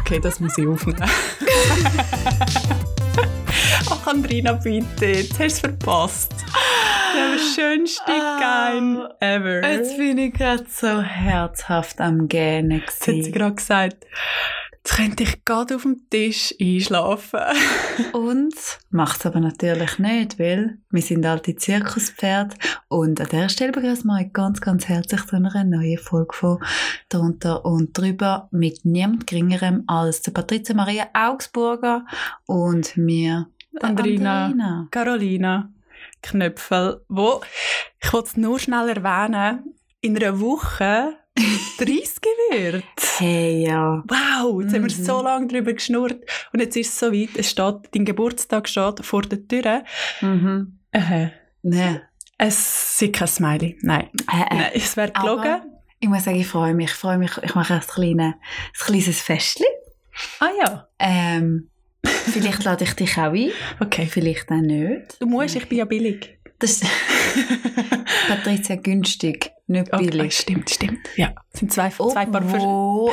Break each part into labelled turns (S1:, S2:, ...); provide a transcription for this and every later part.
S1: Okay, das muss ich aufnehmen. Ach, Andrina, bitte, jetzt hast du es verpasst. Der schönste
S2: Ah.
S1: Gein ever.
S2: Jetzt bin ich gerade so herzhaft am Gähnen
S1: Jetzt hat sie
S2: gewesen.
S1: gerade gesagt, jetzt könnte ich gerade auf dem Tisch einschlafen.
S2: Und macht's aber natürlich nicht, weil wir sind alte Zirkuspferde. Und an der Stelle begrüßen wir euch ganz, ganz herzlich zu einer neuen Folge von «Drunter und drüber» mit niemand Geringerem als der Patricia Maria Augsburger und mir, der
S1: Andrina.
S2: Andrina.
S1: Carolina Knöpfel, wo, ich wollte es nur schnell erwähnen, in einer Woche 30 wird.
S2: Hey, ja.
S1: Wow, jetzt haben wir
S2: Mhm.
S1: so lange drüber geschnurrt und jetzt ist es soweit, es steht, dein Geburtstag steht vor der Tür.
S2: Mhm.
S1: Aha.
S2: Nee.
S1: Es sind kein Smiley, nein.
S2: Ne. Äh, äh.
S1: nein es wäre
S2: Aber-
S1: gelogen.
S2: Ich muss sagen, ich freue mich. Ich freue mich. Ich mache ein, kleine, ein kleines Festchen.
S1: Ah ja,
S2: Ähm, vielleicht lade ich dich auch ein.
S1: okay.
S2: Vielleicht auch nicht.
S1: Du musst, ich bin ja billig.
S2: Das ist Patricia günstig, nicht
S1: Okay,
S2: billig. Oh,
S1: Stimmt, stimmt. Ja, es sind zwei, zwei Paar Versch
S2: Obwohl-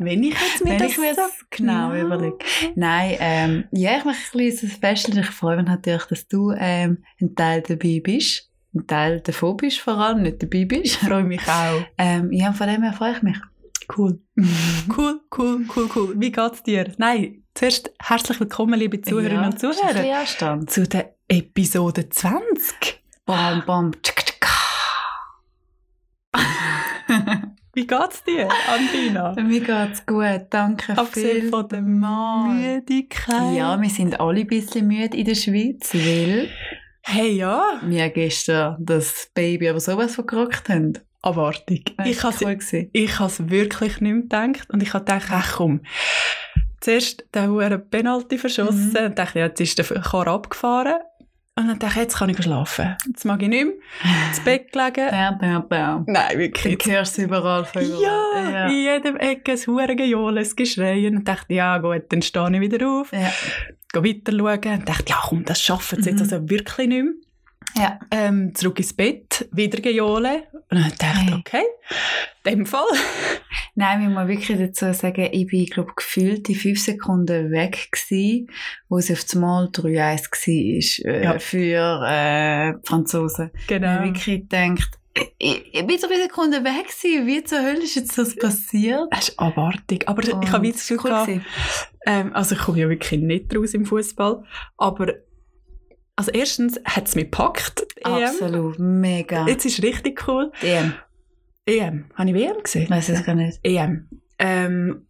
S1: Wenn ich jetzt mir
S2: Wenn
S1: das
S2: ich mir das
S1: so-
S2: genau
S1: Ja.
S2: überlege. Nein, ähm, ja, ich mache ein kleines Festchen. Ich freue mich natürlich, dass du ähm, ein Teil dabei bist. Ein Teil davon bist vor allem, nicht dabei bist.
S1: freue mich auch.
S2: Ähm, ja, von dem her freue ich mich.
S1: Cool.
S2: Mhm.
S1: Cool, cool, cool, cool. Wie geht's dir? Nein, zuerst herzlich willkommen, liebe Zuhörerinnen
S2: Ja,
S1: und
S2: ist Ein
S1: Zuhörer,
S2: bisschen Anstand.
S1: zu der Episode 20.
S2: Bam, bam, tschk, tschk.
S1: Wie geht's dir, Andina?
S2: Mir geht's gut, danke
S1: Abgesehen von der
S2: vielmals.
S1: Müdigkeit.
S2: Ja, wir sind alle ein bisschen müde in der Schweiz, weil
S1: Hey, ja.
S2: wir gestern das Baby aber sowas verkrockt haben.
S1: Abartig. Ich
S2: hab's
S1: habe
S2: Äh, cool gewesen.
S1: ich has wirklich nicht mehr gedacht und ich habe gedacht, ach komm, zuerst den verdammten Penalty verschossen
S2: Mhm.
S1: und dachte, ja, jetzt ist der Chor abgefahren. Und dann dachte ich, jetzt kann ich schlafen. Jetzt mag ich nicht mehr ins Bett gelegen.
S2: Bam, bam, bam.
S1: Nein, wirklich.
S2: Dann hörst du überall von überall.
S1: Ja, in jedem Ecke ein hure Gejohle, ein Geschrei. Und dachte, ja gut, dann stehe ich wieder auf,
S2: ja. ja.
S1: gehe weiter schauen. Und dachte, ja komm, das schaffen sie jetzt
S2: Mhm.
S1: also wirklich nicht mehr.
S2: Ja.
S1: Ähm, zurück ins Bett, wieder Gejohle. Und dann dachte ich,
S2: Hey.
S1: okay, in dem Fall.
S2: Nein, ich muss wirklich dazu sagen, ich bin, glaube gefühlt die fünf Sekunden weg gewesen, wo es auf das Mal 3-1 war äh,
S1: Ja.
S2: für äh, die Franzosen. Ich
S1: Genau.
S2: habe wirklich gedacht, ich, ich, ich bin so viele Sekunden weg gewesen, wie zur Hölle ist jetzt das passiert?
S1: Das ist abartig. Aber ich
S2: Und
S1: habe jetzt schon
S2: Oh, cool
S1: gehabt,
S2: gewesen.
S1: ähm, also ich komme ja wirklich nicht raus im Fußball, aber also erstens hat es mich gepackt, die EM.
S2: Absolut, mega.
S1: Jetzt ist richtig cool.
S2: EM,
S1: EM. Habe ich WM gesehen?
S2: ich weiß es gar nicht.
S1: EM. Ähm,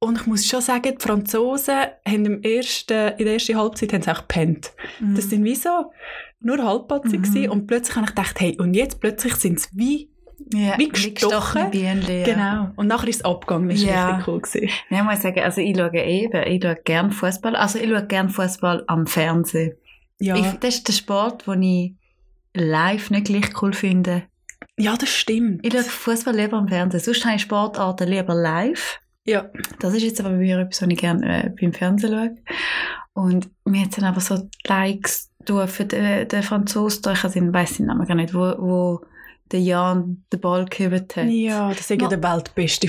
S1: und ich muss schon sagen, die Franzosen haben im ersten, in der ersten Halbzeit haben sie auch gepennt. Das sind wie so nur halbpatzig
S2: Mhm.
S1: gewesen und plötzlich habe ich gedacht, hey, und jetzt plötzlich sind es wie...
S2: ja,
S1: wie gestochen.
S2: Bienen, ja.
S1: Genau. Und nachher ist es abgegangen, das war
S2: Ja.
S1: richtig cool. Gewesen.
S2: Ja, ich muss sagen, also ich schaue eben, ich schaue gerne Fußball. Also ich schaue gerne Fußball am Fernsehen.
S1: Ja.
S2: Ich, das ist der Sport, den ich live nicht gleich cool finde.
S1: ja, das stimmt.
S2: Ich schaue Fußball lieber am Fernsehen. Sonst habe ich Sportarten lieber live.
S1: Ja.
S2: Das ist jetzt aber bei mir etwas, was ich gerne äh, beim Fernsehen schaue. Und mir hat dann aber so Likes durch für den, äh, den Franzosen. da. Ich weiß den Namen gar nicht, wo, wo der Jan den Ball gehobt hat.
S1: Ja, das ist ja
S2: Ma- Ah,
S1: der weltbeste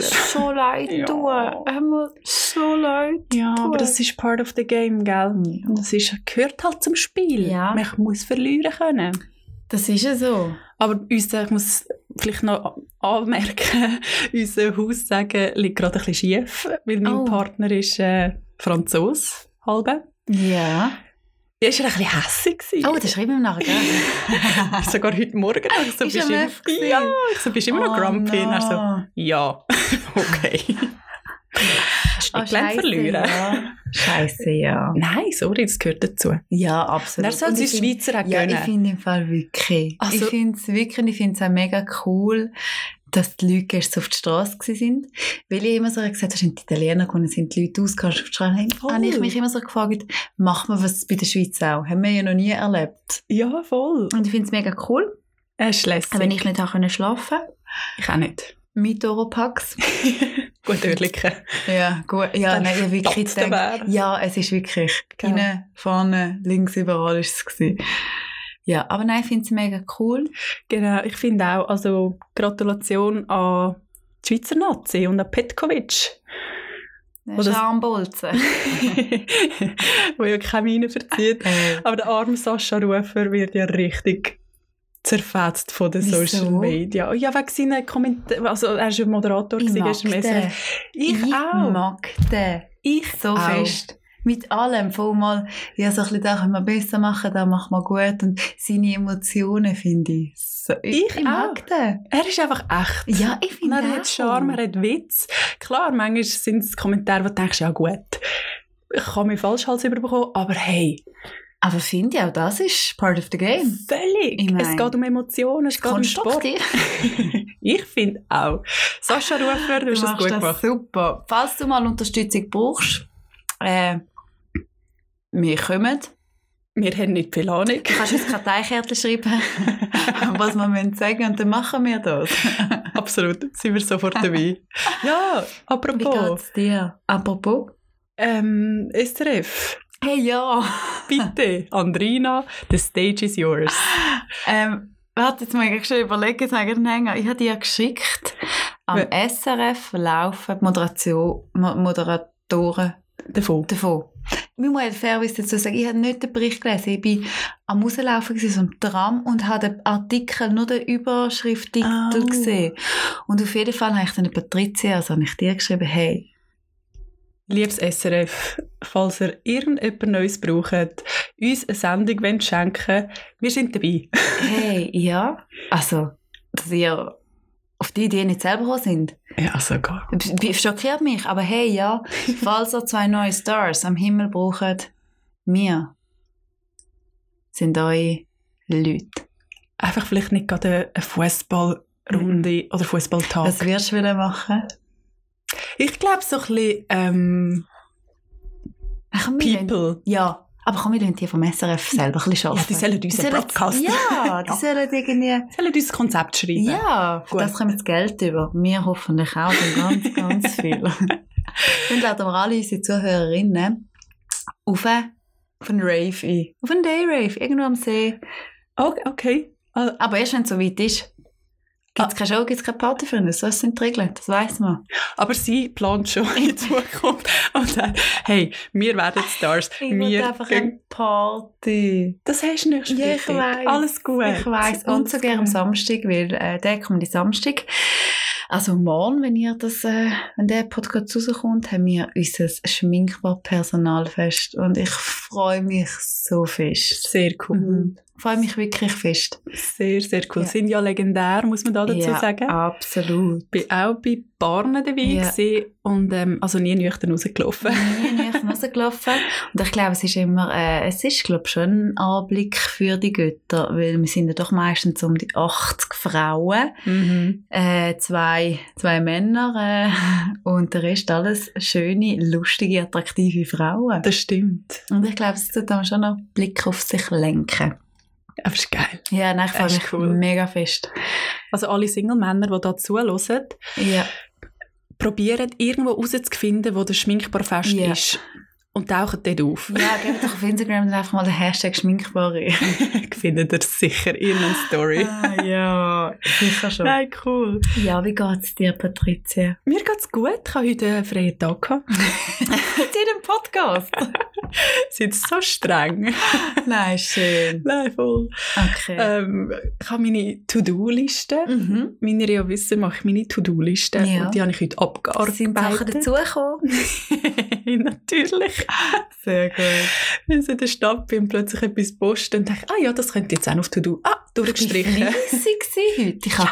S1: Fußballspieler.
S2: So leid
S1: Ja.
S2: Haben so leid.
S1: Ja,
S2: Cool.
S1: aber das ist part of the game, gell?
S2: Ja.
S1: Und Das ist, gehört halt zum Spiel.
S2: Ja.
S1: Man muss verlieren können.
S2: Das ist ja so.
S1: Aber unser, ich muss vielleicht noch anmerken, unser Haussagen liegt gerade ein bisschen schief, weil mein
S2: Oh.
S1: Partner ist äh, Franzos, halbe.
S2: Ja.
S1: Er war ein bisschen hässig. gewesen.
S2: Oh, das schreiben wir nachher. gell?
S1: Sogar heute Morgen. Ich so,
S2: Ist
S1: bist
S2: er
S1: du immer,
S2: F gewesen?
S1: ja, ich so, bist du immer noch
S2: Oh,
S1: grumpy. Und er so,
S2: no.
S1: Ja, okay. Hast du
S2: Oh,
S1: nicht gelernt
S2: Scheisse,
S1: verlieren?
S2: Ja. Scheiße, ja.
S1: Nein, sorry, das gehört dazu.
S2: Ja,
S1: Er
S2: absolut.
S1: soll
S2: Und
S1: sich
S2: ich finde-
S1: Schweizer auch
S2: Ja,
S1: gönnen.
S2: ich finde im Fall wirklich.
S1: Also-
S2: ich finde es wirklich, und ich finde es auch mega cool, dass die Leute gestern auf der Straße gewesen sind. Weil ich immer so gesagt habe, das sind die Italiener gekommen, sind die Leute ausgegangen auf die Straße.
S1: Voll.
S2: Habe ich mich immer so gefragt, macht man was bei der Schweiz auch? Haben wir ja noch nie erlebt.
S1: ja, voll.
S2: Und ich finde es mega cool,
S1: Er ist lässig.
S2: auch wenn ich nicht auch können schlafen
S1: ich auch nicht.
S2: mit Oropax.
S1: Gut, Örliken.
S2: ja, gut. Ja, nein, ich habe wirklich
S1: Stoppt der
S2: gedacht,
S1: Bär.
S2: Ja, es ist wirklich.
S1: Gell.
S2: Innen, vorne, links, überall ist es. Gewesen. Ja, aber nein, ich finde es mega cool.
S1: Genau, ich finde auch, also Gratulation an die Schweizer Nazi und an Petkovic.
S2: Eine
S1: Oder-
S2: Schambolzen.
S1: wo ja keine Miene verzieht.
S2: Äh,
S1: Aber der arme Sascha Rufer wird ja richtig zerfetzt von den
S2: Wieso?
S1: Social Media. Ja, wegen seinen Kommentaren. Also, er war ja Moderator,
S2: ich
S1: gewesen,
S2: mag
S1: gestern um im
S2: den.
S1: SRF. Ich auch.
S2: mag den.
S1: Ich
S2: so
S1: auch.
S2: fest. Mit allem. Voll mal, ja, so ein bisschen, da können wir besser machen, da machen wir gut. Und seine Emotionen finde ich. So,
S1: Ich
S2: mag den.
S1: Er ist einfach echt.
S2: Ja, ich
S1: Und
S2: finde
S1: er hat Charme, er hat Witz. Klar, manchmal sind es Kommentare, wo du denkst, ja gut, ich kann mich falsch Hals überbekommen, aber hey,
S2: Aber finde ich auch, das ist part of the game.
S1: völlig.
S2: Ich mein-
S1: es geht um Emotionen, es geht um Sport.
S2: Konstruktiv.
S1: Ich finde auch. Sascha Rufer, du hast es gut gemacht.
S2: super. Falls du mal Unterstützung brauchst, äh, wir kommen.
S1: Wir haben nicht viel Ahnung.
S2: Du kannst uns Karteikärtchen schreiben, was wir müssen sagen und dann machen wir das.
S1: Absolut, sind wir sofort dabei. ja,
S2: Wie
S1: apropos,
S2: geht's dir? Apropos?
S1: ähm, SRF,
S2: Hey, ja.
S1: bitte, Andrina, the stage is yours.
S2: Ähm, warte, jetzt muss ich schon überlegen, sagen, Hänger. Ich habe dir geschickt. Am SRF laufen die Moderation, Mo- Moderatoren
S1: Davon.
S2: davon. Wir muss fairerweise dazu sagen, ich habe nicht den Bericht gelesen. Ich bin am Rauslaufen, gewesen, so am Tram und habe den Artikel, nur den Überschrifttitel
S1: Au.
S2: gesehen. Und auf jeden Fall habe ich dann Patricia, also habe ich dir geschrieben, hey,
S1: Liebes SRF, falls ihr irgendjemand Neues braucht, uns eine Sendung wollt schenken wir sind dabei.
S2: hey, ja. Also, dass ihr auf die Idee nicht selber gekommen sind.
S1: Ja,
S2: also
S1: sogar.
S2: B- b- Schockiert mich, aber hey, ja, falls ihr zwei neue Stars am Himmel braucht, wir sind eure Leute.
S1: Einfach vielleicht nicht gerade eine
S2: Mhm.
S1: Fußballrunde oder Fußballtag.
S2: Was wirst du wieder machen?
S1: ich glaube, so ein bisschen ähm,
S2: Ach, wir wollen-
S1: People.
S2: Ja, aber komm, wir wollen die vom SRF selber ein bisschen
S1: Ja,
S2: arbeiten.
S1: die sollen unseren Podcast.
S2: Ja, die
S1: Ja.
S2: sollen irgendwie...
S1: Sollen uns ein Konzept schreiben.
S2: Ja, für
S1: Gut.
S2: das kommen das Geld über. Wir hoffentlich auch und ganz, ganz viel. Dann laden wir alle unsere Zuhörerinnen auf einen, auf einen Rave ein. Auf einen Day Rave, irgendwo am See.
S1: Okay. okay. Also,
S2: Aber erst wenn es so weit ist. Gibt
S1: Ah.
S2: es keine Show, gibt es keine Party für uns. So sind die Regeln, das weiss man.
S1: aber sie plant schon in Zukunft und sagt, hey, wir werden Stars. wir gehen-
S2: Party.
S1: Das hast du nicht
S2: Ja, ich weiss.
S1: Alles gut.
S2: Ich weiss, und so gerne am Samstag, weil äh, der kommt am Samstag. Also morgen, wenn ihr das, äh, wenn der Podcast rauskommt, haben wir unser Schminkbar-Personalfest und ich freue mich so fest.
S1: Sehr cool.
S2: Mhm. Ich freue mich wirklich fest.
S1: Sehr, sehr cool.
S2: Ja.
S1: Sind ja legendär, muss man da dazu
S2: ja,
S1: sagen.
S2: absolut.
S1: Ich war auch bei Barnen dabei
S2: Ja.
S1: gewesen und ähm, also nie nüchtern rausgelaufen.
S2: nie nüchtern rausgelaufen. Und ich glaube, es ist immer, äh, es ist, glaube schon ein Anblick für die Götter, weil wir sind ja doch meistens um die 80 Frauen, äh, zwei, zwei Männer äh, und der Rest alles schöne, lustige, attraktive Frauen.
S1: Das stimmt.
S2: Und ich glaube, es tut dann schon noch einen Blick auf sich lenken.
S1: Aber ist geil.
S2: Ja, nein, ich freue
S1: Das ist
S2: mich
S1: cool.
S2: mega fest.
S1: Also alle Single-Männer, die hier zuhören,
S2: Ja,
S1: probieren irgendwo rauszufinden, wo der Schminkbarfest
S2: Ja.
S1: ist. Und tauchen dort auf.
S2: ja gebt doch auf Instagram dann einfach mal den Hashtag Schminkbare.
S1: Findet ihr sicher in einer Story.
S2: ah, ja, sicher schon.
S1: Nein, cool.
S2: Ja, wie geht's dir, Patricia?
S1: Mir geht's gut. Ich habe heute einen freien Tag gehabt.
S2: Mit jedem Podcast.
S1: Sind so streng.
S2: Nein, schön.
S1: Nein, voll.
S2: Okay.
S1: Ähm, ich habe meine To-Do-Liste.
S2: mhm.
S1: Meine ja wissen, mache ich meine To-Do-Liste.
S2: Ja.
S1: Und die habe ich heute abgearbeitet.
S2: Sind Sachen dazugekommen?
S1: Natürlich.
S2: Sehr gut.
S1: Wenn ich in der Stadt bin und plötzlich etwas posten und denke, ah ja, das könnte jetzt auch auf To-Do. Ah,
S2: Ich
S1: durchgestrichen.
S2: war fleissig heute. Ich habe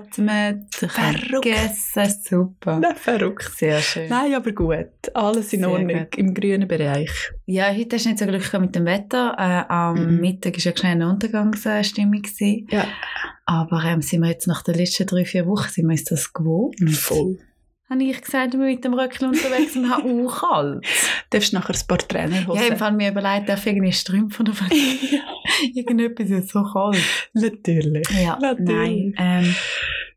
S2: geatmet, ich habe
S1: Verrückt.
S2: gegessen. Super.
S1: Nein, verrückt.
S2: Sehr schön.
S1: Nein, aber gut. Alles in
S2: Sehr
S1: Ordnung.
S2: gut.
S1: Im grünen Bereich.
S2: Ja, heute hast du nicht so Glück gehabt mit dem Wetter. Äh, am
S1: Mhm.
S2: Mittag war ja schnell eine Untergangsstimmung. gewesen.
S1: Ja.
S2: Aber ähm, sind wir jetzt nach den letzten drei, vier Wochen, sind wir uns das gewohnt?
S1: Mhm. Voll.
S2: Habe Mhm. ich gesagt, wir mit dem Röckchen unterwegs sind, haben auch kalt.
S1: Darfst du nachher ein paar Tränen
S2: Ja, im
S1: holen?
S2: Fall mir überlegt, darf ich irgendwie Strümpfe oder was? Irgendetwas ist so kalt.
S1: natürlich.
S2: Ja,
S1: Natürlich.
S2: nein. Ähm,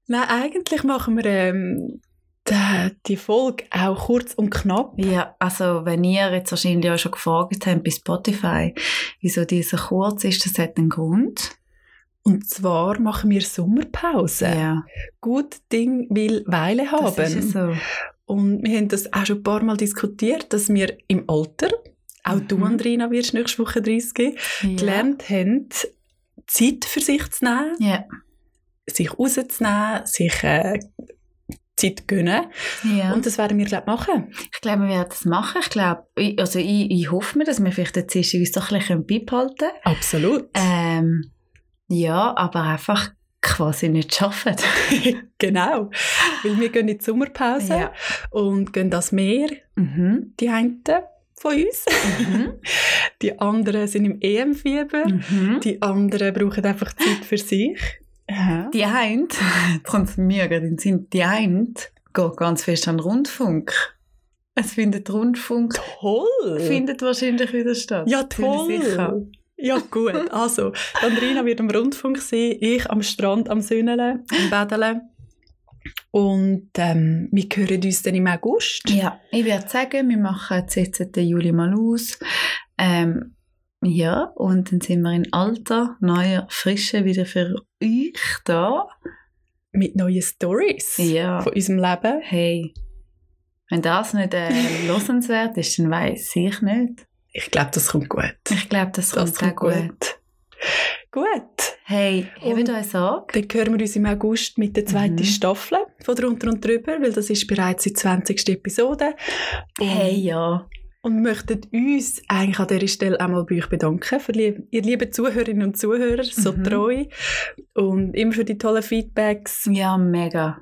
S1: Nein, eigentlich machen wir ähm, die, die Folge auch kurz und knapp.
S2: ja, also wenn ihr jetzt wahrscheinlich auch schon gefragt habt bei Spotify, wieso diese kurz ist, das hat einen Grund.
S1: Und zwar machen wir Sommerpause.
S2: Ja,
S1: Gut Ding will Weile haben.
S2: das ist ja so.
S1: Und wir haben das auch schon ein paar Mal diskutiert, dass wir im Alter, auch du,
S2: Mhm.
S1: Andrina, wirst nächste Woche 30 gehen, gelernt haben, Zeit für sich zu nehmen,
S2: Ja,
S1: sich rauszunehmen, sich äh, Zeit gönnen.
S2: ja.
S1: Und das werden wir, glaube ich, machen.
S2: Ich glaube, wir werden das machen. Ich glaube, ich, also ich, ich hoffe mir, dass wir vielleicht den Dienstag uns doch ein bisschen beibehalten können.
S1: Absolut.
S2: Ähm, ja, aber einfach quasi nicht arbeiten.
S1: Genau. Weil wir gehen in die Sommerpause
S2: Ja.
S1: und gehen das Meer,
S2: Mhm.
S1: die einen von uns.
S2: Mhm.
S1: Die anderen sind im EM-Fieber.
S2: Mhm.
S1: Die anderen brauchen einfach Zeit für sich.
S2: Die eine, jetzt kommt mir gerade in den Sinn, die eine geht ganz fest an den Rundfunk. Es findet Rundfunk,
S1: Toll!
S2: findet wahrscheinlich wieder statt.
S1: Äh. ja,
S2: Bin mir sicher.
S1: toll! Ja, gut. Also, die Andrina wird am Rundfunk sein, ich am Strand am Söhneln, am Badeln. Und ähm, wir hören uns dann im August.
S2: Ja, ich würde sagen, wir machen jetzt, jetzt den Juli mal aus. Ähm, ja, und dann sind wir in alter, neuer, frischer wieder für euch da.
S1: Mit neuen Stories
S2: Ja.
S1: von unserem Leben.
S2: Hey, wenn das nicht äh, losenswert ist, dann weiß ich nicht.
S1: Ich glaube, das kommt gut.
S2: Ich glaube, das, kommt auch gut.
S1: Gut.
S2: Hey,
S1: Und-
S2: hebt euch Sorge.
S1: Dann hören wir uns im August mit der zweiten
S2: Mhm.
S1: Staffel von «Drunter und drüber», weil das ist bereits die 20. Episode. Und-
S2: Hey, ja.
S1: Und möchten uns eigentlich an dieser Stelle einmal bei euch bedanken, für lieb, ihr lieben Zuhörerinnen und Zuhörer, so
S2: Mhm.
S1: treu und immer für die tollen Feedbacks,
S2: Ja, mega.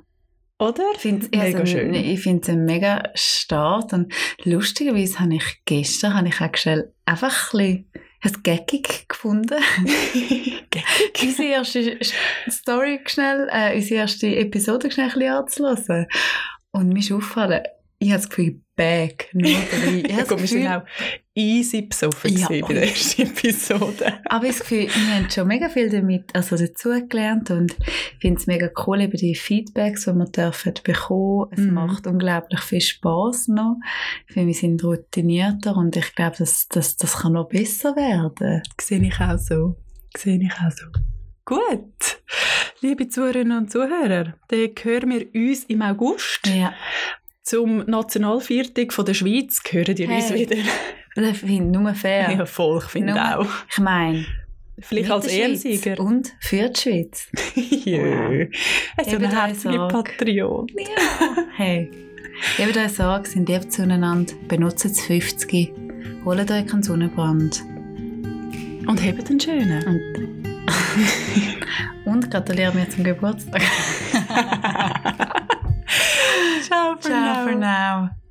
S1: oder?
S2: Ich finde es
S1: Mega schön.
S2: Ich find's einen mega Start. Und lustigerweise habe ich gestern habe ich auch schnell einfach ein bisschen ein Gaggig gefunden. unsere erste Sch- Story schnell, äh, unsere erste Episode schnell ein bisschen anzuhören. Und mir ist aufgefallen, ich habe das Gefühl, Back, nur drei. Ich
S1: Ja,
S2: habe das
S1: gut, wir sind
S2: Gefühl,
S1: auch easy besoffen
S2: Ja.
S1: ja. bei der ersten Episode.
S2: aber ich habe das Gefühl, wir haben schon mega viel damit, also dazugelernt und ich finde es mega cool, eben die Feedbacks, die wir dürfen bekommen. Es
S1: Mhm.
S2: macht unglaublich viel Spaß noch. Ich finde, wir sind routinierter und ich glaube, das, das, das kann noch besser werden.
S1: Sehe ich auch so. Sehe ich auch so. Gut. Liebe Zuhörerinnen und Zuhörer, dann hören wir uns im August
S2: Ja.
S1: zum Nationalviertag von der Schweiz. Hören ihr uns
S2: Hey.
S1: wieder?
S2: Das finde ich nur
S1: Ja,
S2: fair.
S1: voll, ich finde
S2: Nur-
S1: auch.
S2: Ich meine,
S1: Vielleicht
S2: mit
S1: als
S2: der Schweiz
S1: Ehrensieger.
S2: Und für die Schweiz.
S1: Jö. Also
S2: Eben
S1: ein
S2: da
S1: herzliche
S2: sag.
S1: Patreon.
S2: Hey, gebt euch Sorge, sind lieb zueinander, benutzt das 50, holt euch keinen Sonnenbrand
S1: Und habt einen schönen.
S2: und gratuliere mir zum Geburtstag.
S1: Ciao for
S2: Ciao for now.